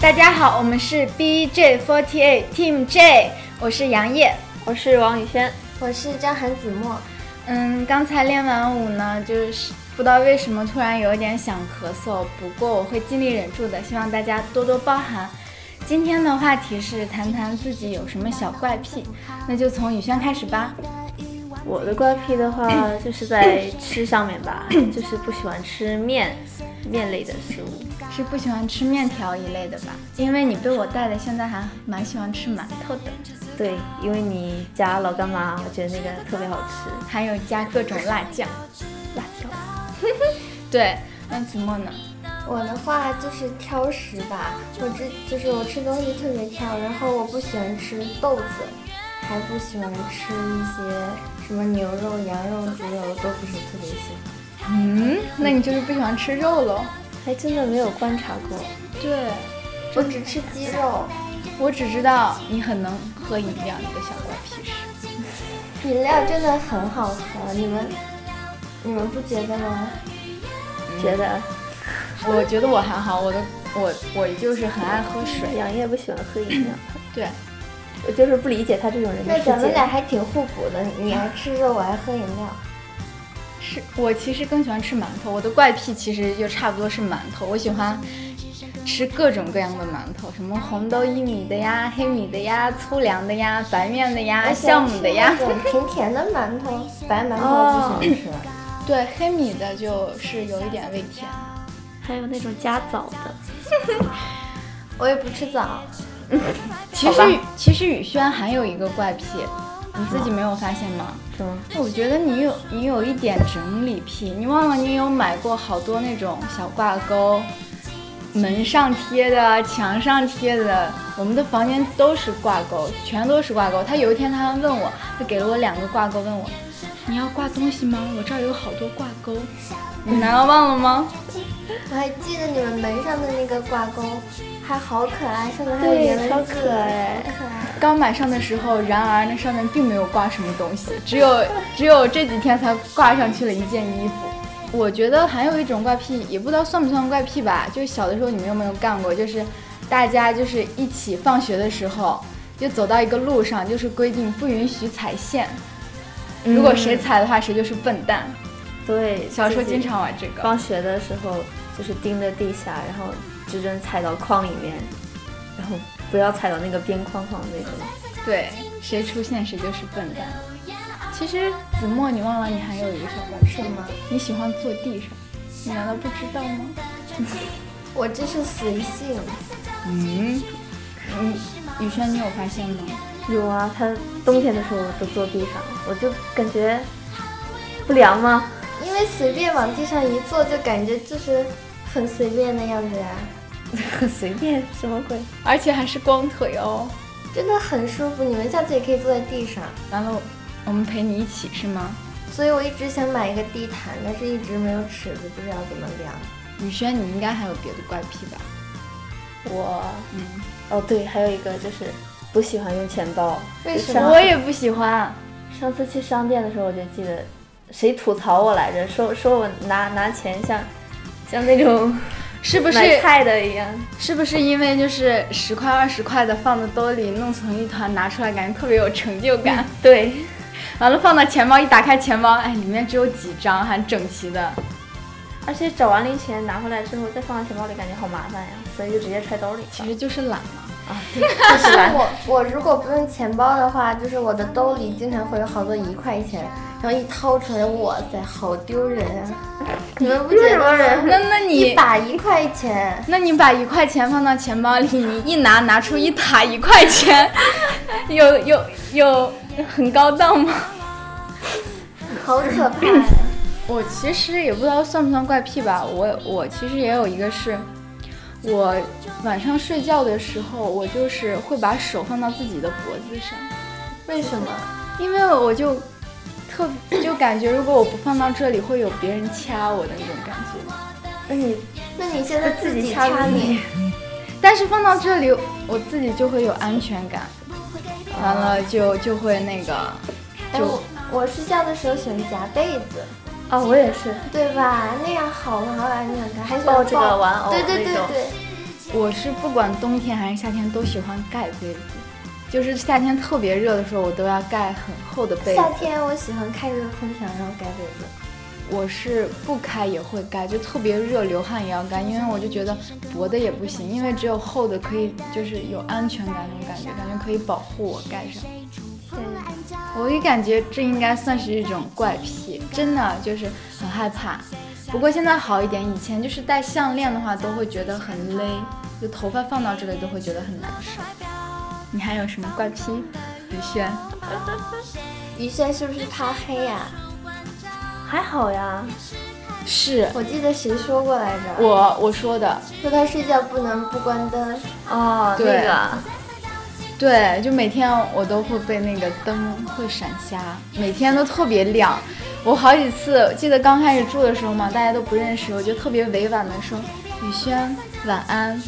大家好，我们是 BJ48 Team J，我是杨烨，我是王宇轩。我是张涵子墨，嗯，刚才练完舞呢，就是不知道为什么突然有一点想咳嗽，不过我会尽力忍住的，希望大家多多包涵。今天的话题是谈谈自己有什么小怪癖，那就从宇轩开始吧。我的怪癖的话， 就是在吃上面 吧，就是不喜欢吃面面类的食物。是不喜欢吃面条一类的吧？因为你被我带的，现在还蛮喜欢吃馒头的，对，因为你加老干妈，我觉得那个特别好吃，还有加各种辣酱。辣 椒。对，那子墨呢？我的话就是挑食吧，我这就是我吃东西特别挑，然后我不喜欢吃豆子，还不喜欢吃一些什么牛肉、羊肉、猪肉都不是特别喜欢。嗯，那你就是不喜欢吃肉喽？还真的没有观察过，对，我只吃鸡 肉，我只知道你很能喝饮料，你的小怪癖是。饮料真的很好喝，你们你们不觉得吗？觉得我觉得我还好，我的我我就是很爱喝水。杨啊烨不喜欢喝 饮料，对，我就是不理解他这种人的那世咱们俩界。还挺互补的，你爱吃肉，我爱喝饮料。是我其实更喜欢吃馒头，我的怪癖其实就差不多是馒头，我喜欢。吃各种各样的馒头，什么红豆薏米的呀、黑米的呀、粗粮的呀、白面的呀、啊我喜欢酵母吃的呀那。种甜甜的馒头，白哦馒头我不喜欢吃。对，黑米的就是有一点微甜。还有那种加枣的，我也不吃枣，其实好吧其实宇轩还有一个怪癖，你自己没有发现吗？是吗？我觉得你有你有一点整理癖，你忘了你有买过好多那种小挂钩，门上贴的、墙上贴的，我们的房间都是挂钩，全都是挂钩。他有一天他还问我，他给了我两个挂钩，问我你要挂东西吗？我这儿有好多挂钩，你难道忘了吗？我还记得你们门上的那个挂钩，还好可爱，上面还有对颜超文字，可爱好可爱。刚买上的时候，然而那上面并没有挂什么东西，只有只有这几天才挂上去了一件衣服。我觉得还有一种怪癖，也不知道算不算怪癖吧，就小的时候你们有没有干过？就是大家就是一起放学的时候，就走到一个路上，就是规定不允许踩线，如果谁踩的话，谁就是笨蛋。对，小时候嗯自己经常玩这个。放学的时候就是盯着地下，然后只准踩到框里面，然后不要踩到那个边框框那种。对，谁出现谁就是笨蛋。其实子墨，你忘了你还有一个小怪癖什么？你喜欢坐地上，你难道不知道吗？我这是随性，嗯，嗯，宇轩，你有发现吗？ 有啊，他冬天的时候都坐地上，我就感觉不凉吗？因为随便往地上一坐，就感觉就是很随便的样子呀、很随便，什么鬼？而且还是光腿哦。真的很舒服。你们下次也可以坐在地上。完了，我们陪你一起是吗？所以我一直想买一个地毯，但是一直没有尺子，不知道怎么量。宇轩，你应该还有别的怪癖吧？我嗯，哦对，还有一个就是不喜欢用钱包。为什上么我也不喜欢。上次去商店的时候，我就记得谁吐槽我来着，说说我拿拿钱像像那种是不买是菜的一样。是不是因为就是十块二十块的放在兜里弄成一团拿出来，感觉特别有成就感。对，完了放到钱包，一打开钱包，哎，里面只有几张，还整齐的。而且找完零钱拿回来之后再放到钱包里，感觉好麻烦呀，所以就直接揣兜里了。其实就是懒嘛。啊，对，就是吧我我如果不用钱包的话，就是我的兜里经常会有好多一块钱，然后一掏出来，哇塞，好丢人啊！你们不觉得吗？那那一你，把一块钱，那你把一块钱放到钱包里，你一拿拿出一沓一块钱，有有有很高档吗？好可怕呀！我其实也不知道算不算怪癖吧，我我其实也有一个是，我晚上睡觉的时候，我就是会把手放到自己的脖子上，为什么？因为我就特就感觉如果我不放到这里，会有别人掐我的那种感觉。那你那你现在自自己己掐掐自己你，但是放到这里，我自己就会有安全感，完了就就会那个，哎就我我睡觉的时候喜欢夹被子，啊、我也是，啊对吧？那样好麻烦，你想看，还喜欢抱着个玩偶对对对那种对，我是不管冬天还是夏天都喜欢盖被子，就是夏天特别热的时候，我都要盖很厚的被子夏。天我喜欢开着空调，然后盖被子。我是不开也会盖，就特别热，流汗也要盖，因为我就觉得薄的也不行，因为只有厚的可以就是有安全感那种感觉，感觉可以保护我盖上。我也感觉这应该算是一种怪癖，真的就是很害怕。不过现在好一点，以前就是戴项链的话都会觉得很勒，就头发放到这里都会觉得很难受。你还有什么怪癖？雨轩，于轩是不是怕黑啊呀、还好呀，是我记得谁说过来着？我我说的，说他睡觉不能不关灯。哦，对那个对，就每天我都会被那个灯会闪瞎，每天都特别亮。我好几次记得刚开始住的时候嘛，大家都不认识，我就特别委婉的说：“雨轩，晚安。”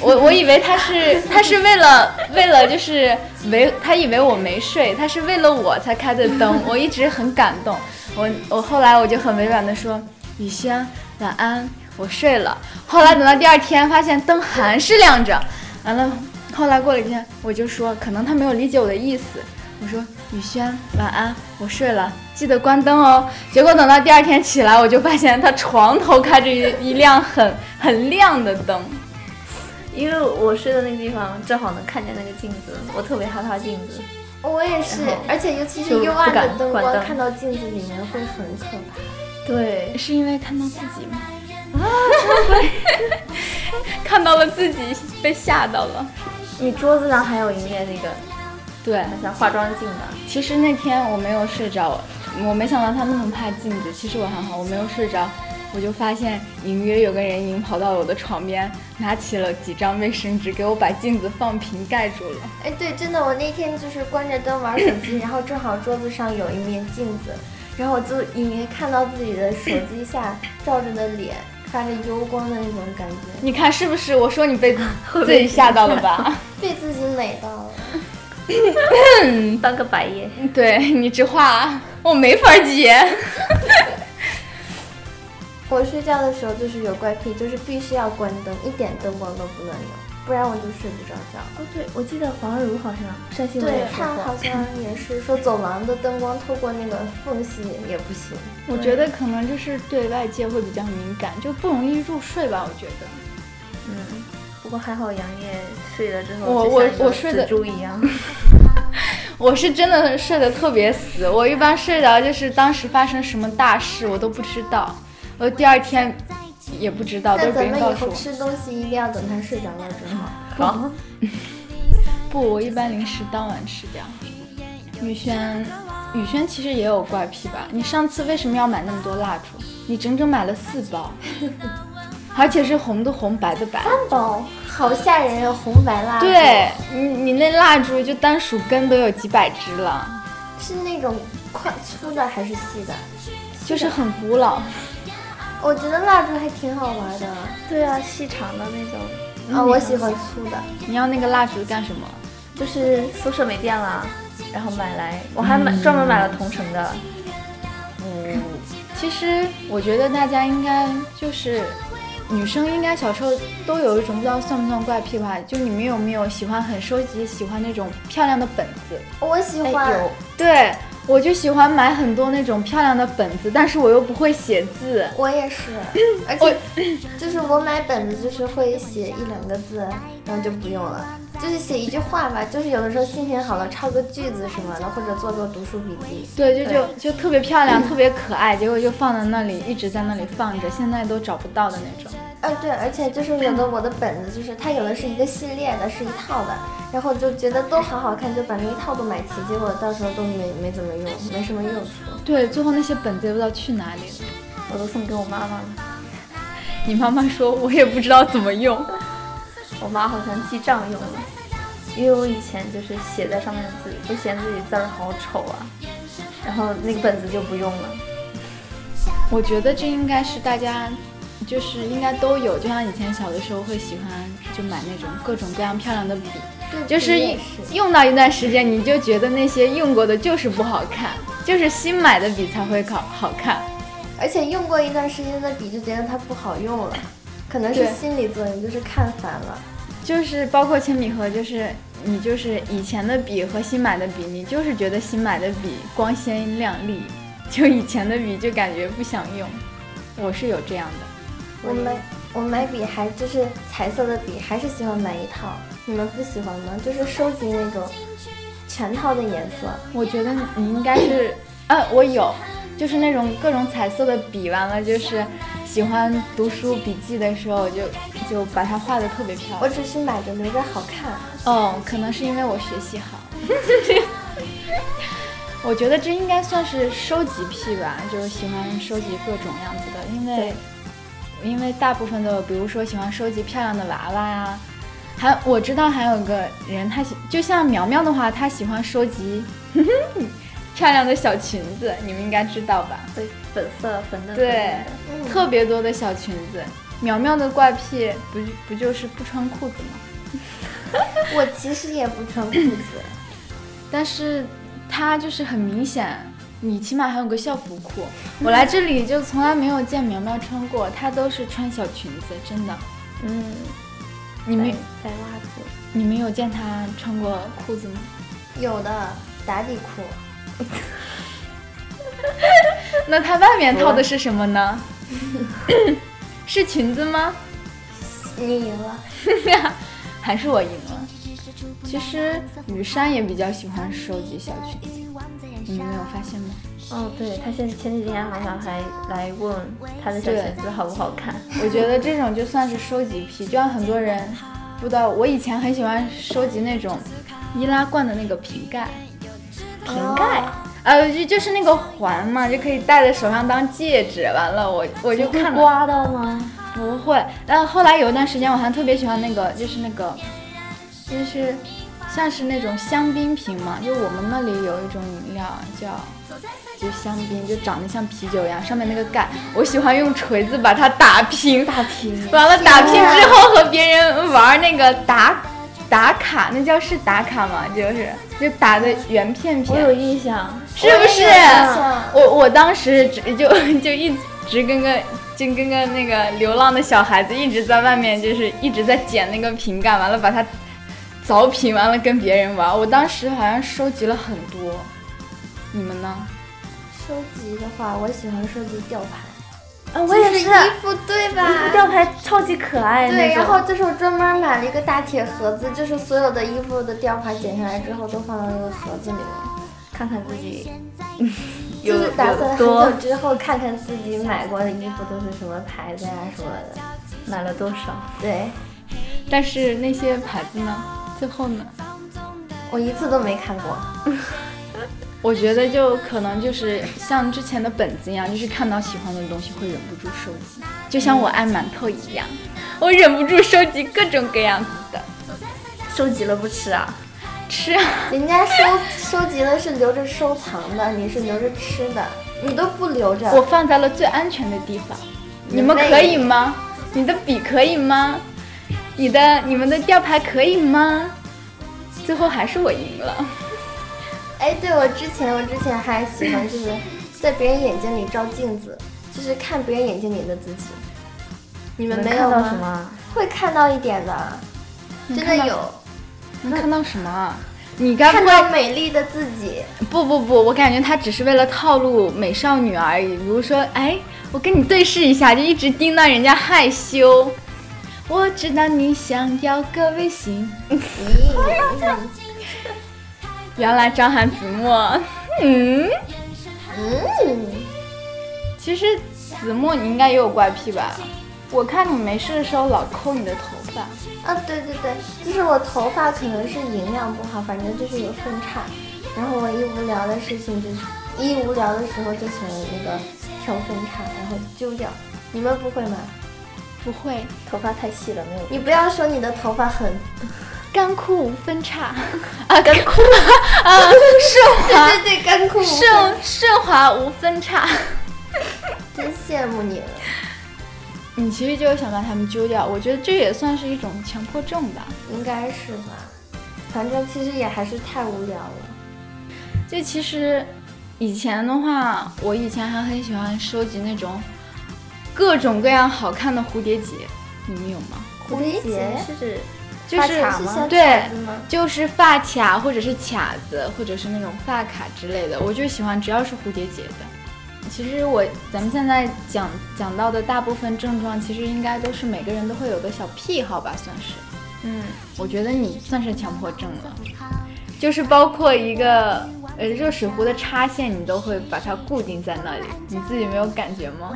我我以为他是他是为了为了就是为他以为我没睡，他是为了我才开的灯，我一直很感动。我我后来我就很委婉的说：“雨轩，晚安，我睡了。”后来等到第二天，发现灯还是亮着，完了。后来过了一天，我就说可能他没有理解我的意思，我说雨轩晚安，我睡了，记得关灯哦。结果等到第二天起来，我就发现他床头开着一一亮很很亮的灯。因为我睡的那个地方正好能看见那个镜子，我特别害怕镜子。我也是然后，而且尤其就是不幽暗的敢灯关光，灯看到镜子里面会很可怕。对，是因为看到自己吗？啊， 看到了自己被吓到了。你桌子上还有一面那个对，好像化妆镜吧？其实那天我没有睡着，我没想到他那么怕镜子。其实我还好，我没有睡着，我就发现隐约有个人影跑到我的床边，拿起了几张卫生纸给我把镜子放平盖住了。哎，对，真的，我那天就是关着灯玩手 机，然后正好桌子上有一面镜子，然后我就隐约看到自己的手机下照着的脸，发着幽光的那种感觉，你看是不是？我说你 被自己吓到了吧？被自己美到了。嗯翻个白眼。对你这话我没法接。我睡觉的时候就是有怪癖，就是必须要关灯，一点灯光都不能有，不然我就睡不着觉。哦，对，我记得黄如好像山西对他好像也是说走廊的灯光透过那个缝隙也不行。我觉得可能就是对外界会比较敏感，就不容易入睡吧。我觉得。嗯，不过还好杨烨睡了之后，我就像一我个我睡得死猪一样。我是真的睡得特别死，我一般睡着就是当时发生什么大事我都不知道，我第二天也不知道，都那是别咱人们告以诉后我。吃东西一定要等他睡着了之后。 好，不，我一般零食当晚吃掉。雨轩，雨轩其实也有怪癖吧？你上次为什么要买那么多蜡烛？你整整买了四包， 而且是红的红，白的白。哦，好吓人啊！红白蜡烛，对你，你那蜡烛就单数根都有几百支了，是那种快粗的还是细的？就是很古老。我觉得蜡烛还挺好玩的啊、对啊，细长的那种，我喜欢粗的。你要那个蜡烛干什么？就是宿舍没电了，然后买来，我还买专门买了同城的。其实我觉得大家应该就是女生应该小时候都有一种不知道算不算怪癖吧，就你们有没有喜欢很收集喜欢那种漂亮的本子？我喜欢，哎有对我就喜欢买很多那种漂亮的本子，但是我又不会写字。我也是，而且 就是我买本子就是会写一两个字，然后就不用了。就是写一句话吧，就是有的时候心情好了，抄个句子什么的，或者做个读书笔记。对，就就就特别漂亮，特别可爱，结果就放在那里，一直在那里放着，现在都找不到的那种。啊，对，而且就是有的我的本子就是它有的是一个系列的，是一套的，然后就觉得都好好看，就把那一套都买齐，结果到时候都没没怎么用，没什么用处。对，最后那些本子也不知道去哪里了。我都送给我妈妈了，你妈妈说，我也不知道怎么用。我妈好像记账用了。因为我以前就是写在上面的字，就嫌自己字儿好丑啊，然后那个本子就不用了。我觉得这应该是大家，就是应该都有，就像以前小的时候会喜欢就买那种各种各样漂亮的笔，对就是也一用到一段时间，你就觉得那些用过的就是不好看，就是新买的笔才会好好看。而且用过一段时间的笔就觉得它不好用了，可能是对心理作用，就是看烦了。就是包括铅笔盒，就是你就是以前的笔和新买的笔，你就是觉得新买的笔光鲜亮丽，就以前的笔就感觉不想用。我是有这样的，我买我买笔还就是彩色的笔，还是喜欢买一套。你们不喜欢吗？就是收集那种全套的颜色。我觉得你应该是，呃，我有，就是那种各种彩色的笔，完了就是喜欢读书笔记的时候就就把它画的特别漂我亮。只是买着留着好看。哦，可能是因为我学习好。 我觉得这应该算是收集癖吧，就是喜欢收集各种样子的，因为因为大部分的，比如说喜欢收集漂亮的娃娃呀、还我知道还有个人，他喜就像苗苗的话，她喜欢收集 漂亮的小裙子，你们应该知道吧？对，粉色粉嫩粉嫩的。对嗯特别多的小裙子。苗苗的怪癖不就不就是不穿裤子吗？我其实也不穿裤子，但是它就是很明显，你起码还有个校服裤。我来这里就从来没有见苗苗穿过，她都是穿小裙子，真的。嗯，你们白白袜子，你们有见她穿过裤子吗？有的打底裤，那她外面套的是什么呢？是裙子吗？ 你赢了。还是我赢了？其实雨山也比较喜欢收集小裙子，你们有发现吗？哦，对，他现在前几天好像还来问他的小裙子好不好看。我觉得这种就算是收集癖，就像很多人不知道，我以前很喜欢收集那种易拉罐的那个瓶盖，瓶盖呃，就就是那个环嘛，就可以戴在手上当戒指。完了，我我就看了，刮到吗？不会。然后后来有一段时间，我还特别喜欢那个，就是那个，就是像是那种香槟瓶嘛，就我们那里有一种饮料叫。就香槟，就长得像啤酒一样，上面那个盖，我喜欢用锤子把它打平，打平。完了打拼之后和别人玩那个打打卡，那叫是打卡吗？就是就打的圆片我有片，印象，是不是我也有印象？我我当时只就就一直跟个就跟个那个流浪的小孩子一直在外面，就是一直在捡那个瓶盖，完了把它凿平，完了跟别人玩。我当时好像收集了很多，你们呢？收集的话，我喜欢收集吊牌。啊，我也，哦就是衣服对吧？吊牌超级可爱那对，种然后就是我专门买了一个大铁盒子，就是所有的衣服的吊牌剪下来之后都放到那个盒子里面，看看自己有就是打算有很多久之后看看自己买过的衣服都是什么牌子呀、啊什么的。买了多少。对，但是那些牌子呢？最后呢？我一次都没看过。我觉得就可能就是像之前的本子一样，就是看到喜欢的东西会忍不住收集，就像我爱馒头一样，我忍不住收集各种各样子的收集了不吃啊？吃啊。人家收 收集的是留着收藏的，你是留着吃的，你都不留着。我放在了最安全的地方，你们可以吗？你的笔可以吗？你的你们的吊牌可以吗？最后还是我赢了。哎，对我之前我之前还喜欢就是在别人眼睛里照镜子，就是看别人眼睛里的自己。你们能没有看到什么吗？啊？会看到一点的，能真看的到有能看到什么啊？你该看不会到美丽的自己。不不不，我感觉他只是为了套路美少女而已。比如说，哎，我跟你对视一下，就一直盯到人家害羞。我知道你想要个微信。 咦，嗯原来张翰子墨，嗯，嗯，其实子墨你应该也有怪癖吧？我看你没事的时候老抠你的头发，啊，对对对，就是我头发可能是营养不好，反正就是有分叉。然后我一无聊的事情就是一无聊的时候就喜欢那个挑分叉，然后揪掉。你们不会吗？不会头发太细了，没有。你不要说你的头发 很，干枯无分叉啊，干枯 啊，顺滑对对，干枯无分，顺顺滑无分叉。真羡慕你了。你其实就是想把它们揪掉，我觉得这也算是一种强迫症吧。应该是吧？反正其实也还是太无聊了。就其实以前的话，我以前还很喜欢收集那种各种各样好看的蝴蝶结，你们有吗？蝴蝶哎结是指就发是卡是吗像？对卡子吗？就是发卡或者是卡子，或者是那种发卡之类的，我就喜欢只要是蝴蝶结的。其实我咱们现在讲讲到的大部分症状，其实应该都是每个人都会有个小癖好吧，算是。嗯，我觉得你算是强迫症了，就是包括一个呃热水壶的插线，你都会把它固定在那里，你自己没有感觉吗？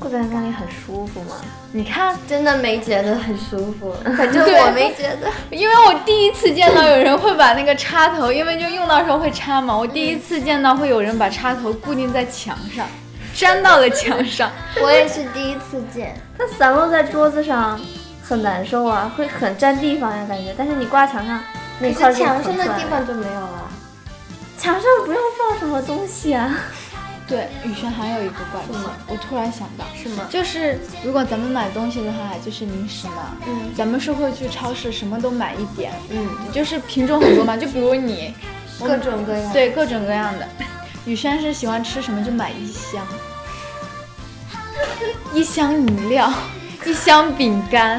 跪在那里很舒服吗？你看，真的没觉得很舒服， 反正对我没觉得。因为我第一次见到有人会把那个插头，因为就用到时候会插嘛，我第一次见到会有人把插头固定在墙上，粘到了墙上。 我也是第一次见，它散落在桌子上很难受啊，会很占地方呀、感觉。但是你挂墙上可那是块儿就墙上很的出来地了，方就没有了。墙上不用放什么东西啊。对，雨轩还有一个怪癖，我突然想到，是吗？就是如果咱们买东西的话，就是零食嘛，嗯咱们是会去超市什么都买一点，嗯，就是品种很多嘛，就比如你各种各样。，对各种各样的。雨轩是喜欢吃什么就买一箱，一箱饮料，一箱饼干，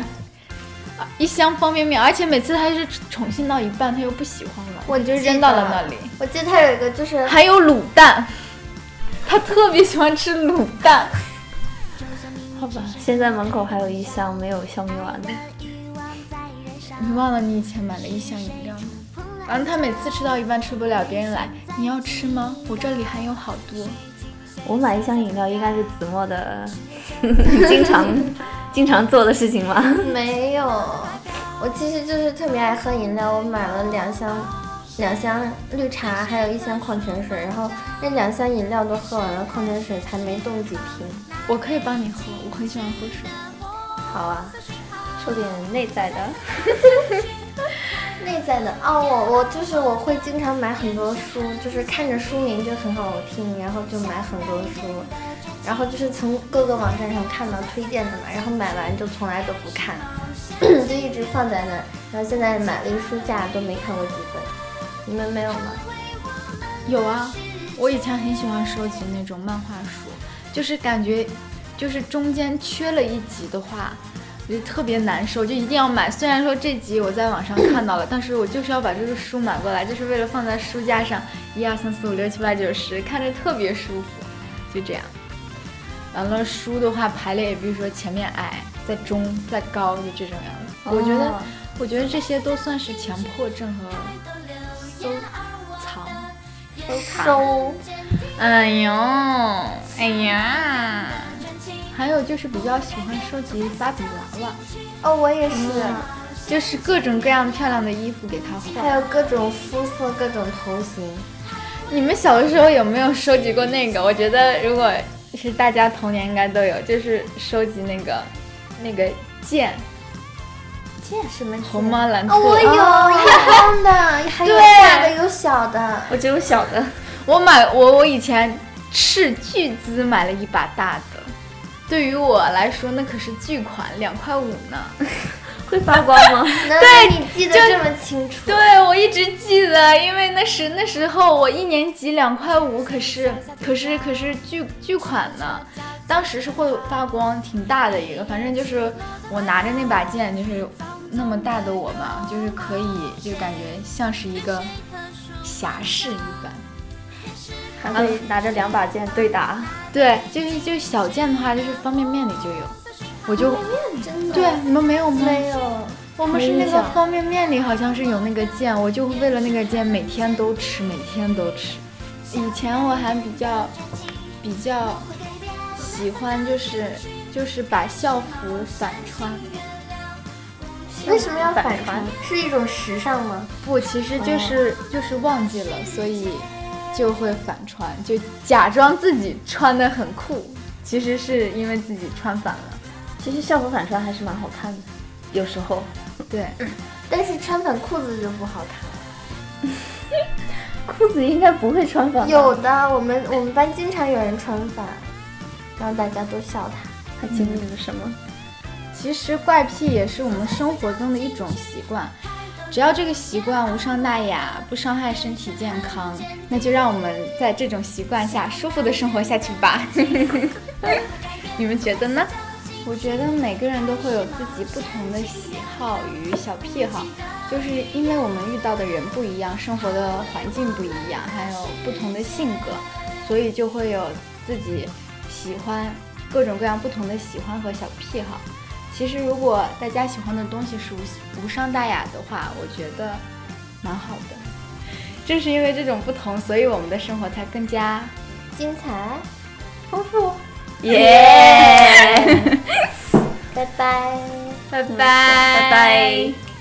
啊一箱方便面，而且每次他是宠幸到一半他又不喜欢了，我就记扔到得了那里。我记得它有一个就是还有卤蛋，他特别喜欢吃卤蛋。好吧，现在门口还有一箱没有消灭完 的，你忘了你以前买了一箱饮料吗？然后他每次吃到一半吃不了，别人来，你要吃吗？我这里还有好多。我买一箱饮料应该是子墨 的经常经常做的事情 吧。没有，我其实就是特别爱喝饮料，我买了两箱，两箱绿茶，还有一箱矿泉水，然后那两箱饮料都喝完了，矿泉水才没动几瓶。我可以帮你喝，我很喜欢喝水。好啊，说点内在的。内在的哦，我我就是我会经常买很多书，就是看着书名就很好听，然后就买很多书，然后就是从各个网站上看到推荐的嘛，然后买完就从来都不看，就一直放在那儿，然后现在买了一书架都没看过几本，你们没有吗？有啊，我以前很喜欢收集那种漫画书，就是感觉，就是中间缺了一集的话，我就特别难受，就一定要买。虽然说这集我在网上看到了，但是我就是要把这个书买过来，就是为了放在书架上，一二三四五六七八九十，看着特别舒服，就这样。完了，书的话排列也，比如说前面矮，再中，再高，就这种样子。我觉得哦，我觉得这些都算是强迫症和收藏。收哎呦，哎呀！还有就是比较喜欢收集芭比娃娃，哦，我也是，就是各种各样漂亮的衣服给她画。还有各种肤色、各种头型。你们小的时候有没有收集过那个？我觉得如果是大家童年应该都有，就是收集那个那个剑，这什么？红猫蓝哦，兔。啊我有有红的，还有对大的，有小的。我只有小的，我买我我以前斥巨资买了一把大的，对于我来说那可是巨款，两块五呢。会发光吗？对，你记得这么清楚。对，我一直记得，因为那时那时候我一年级两块五，可是可是可是巨巨款呢，当时是会发光，挺大的一个，反正就是我拿着那把剑，就是那么大的我嘛，就是可以就感觉像是一个侠士一般。 还会拿着两把剑对打。对，就是就是小剑的话，就是方便面里就有，我就真的对你们没有吗？没有。我们是没那印个象方便面里好像是有那个键，我就为了那个键每天都吃，每天都吃。以前我还比较比较喜欢，就是就是把校服反穿。为什么要反穿穿？？是一种时尚吗？不，其实就是、就是忘记了，所以就会反穿，就假装自己穿的很酷，其实是因为自己穿反了。其实校服反穿还是蛮好看的，有时候对，但是穿反裤子就不好看。裤子应该不会穿反吧。有的，我们我们班经常有人穿反，然后大家都笑他。他经历了什么？其实怪癖也是我们生活中的一种习惯，只要这个习惯无伤大雅，不伤害身体健康，那就让我们在这 种习惯下舒服的生活下去吧。你们觉得呢？我觉得每个人都会有自己不同的喜好与小癖好，就是因为我们遇到的人不一样，生活的环境不一样，还有不同的性格，所以就会有自己喜欢各种各样不同的喜欢和小癖好。其实如果大家喜欢的东西是无无伤大雅的话，我觉得蛮好的。正是因为这种不同，所以我们的生活才更加精彩，丰富，耶！拜拜。拜拜拜拜。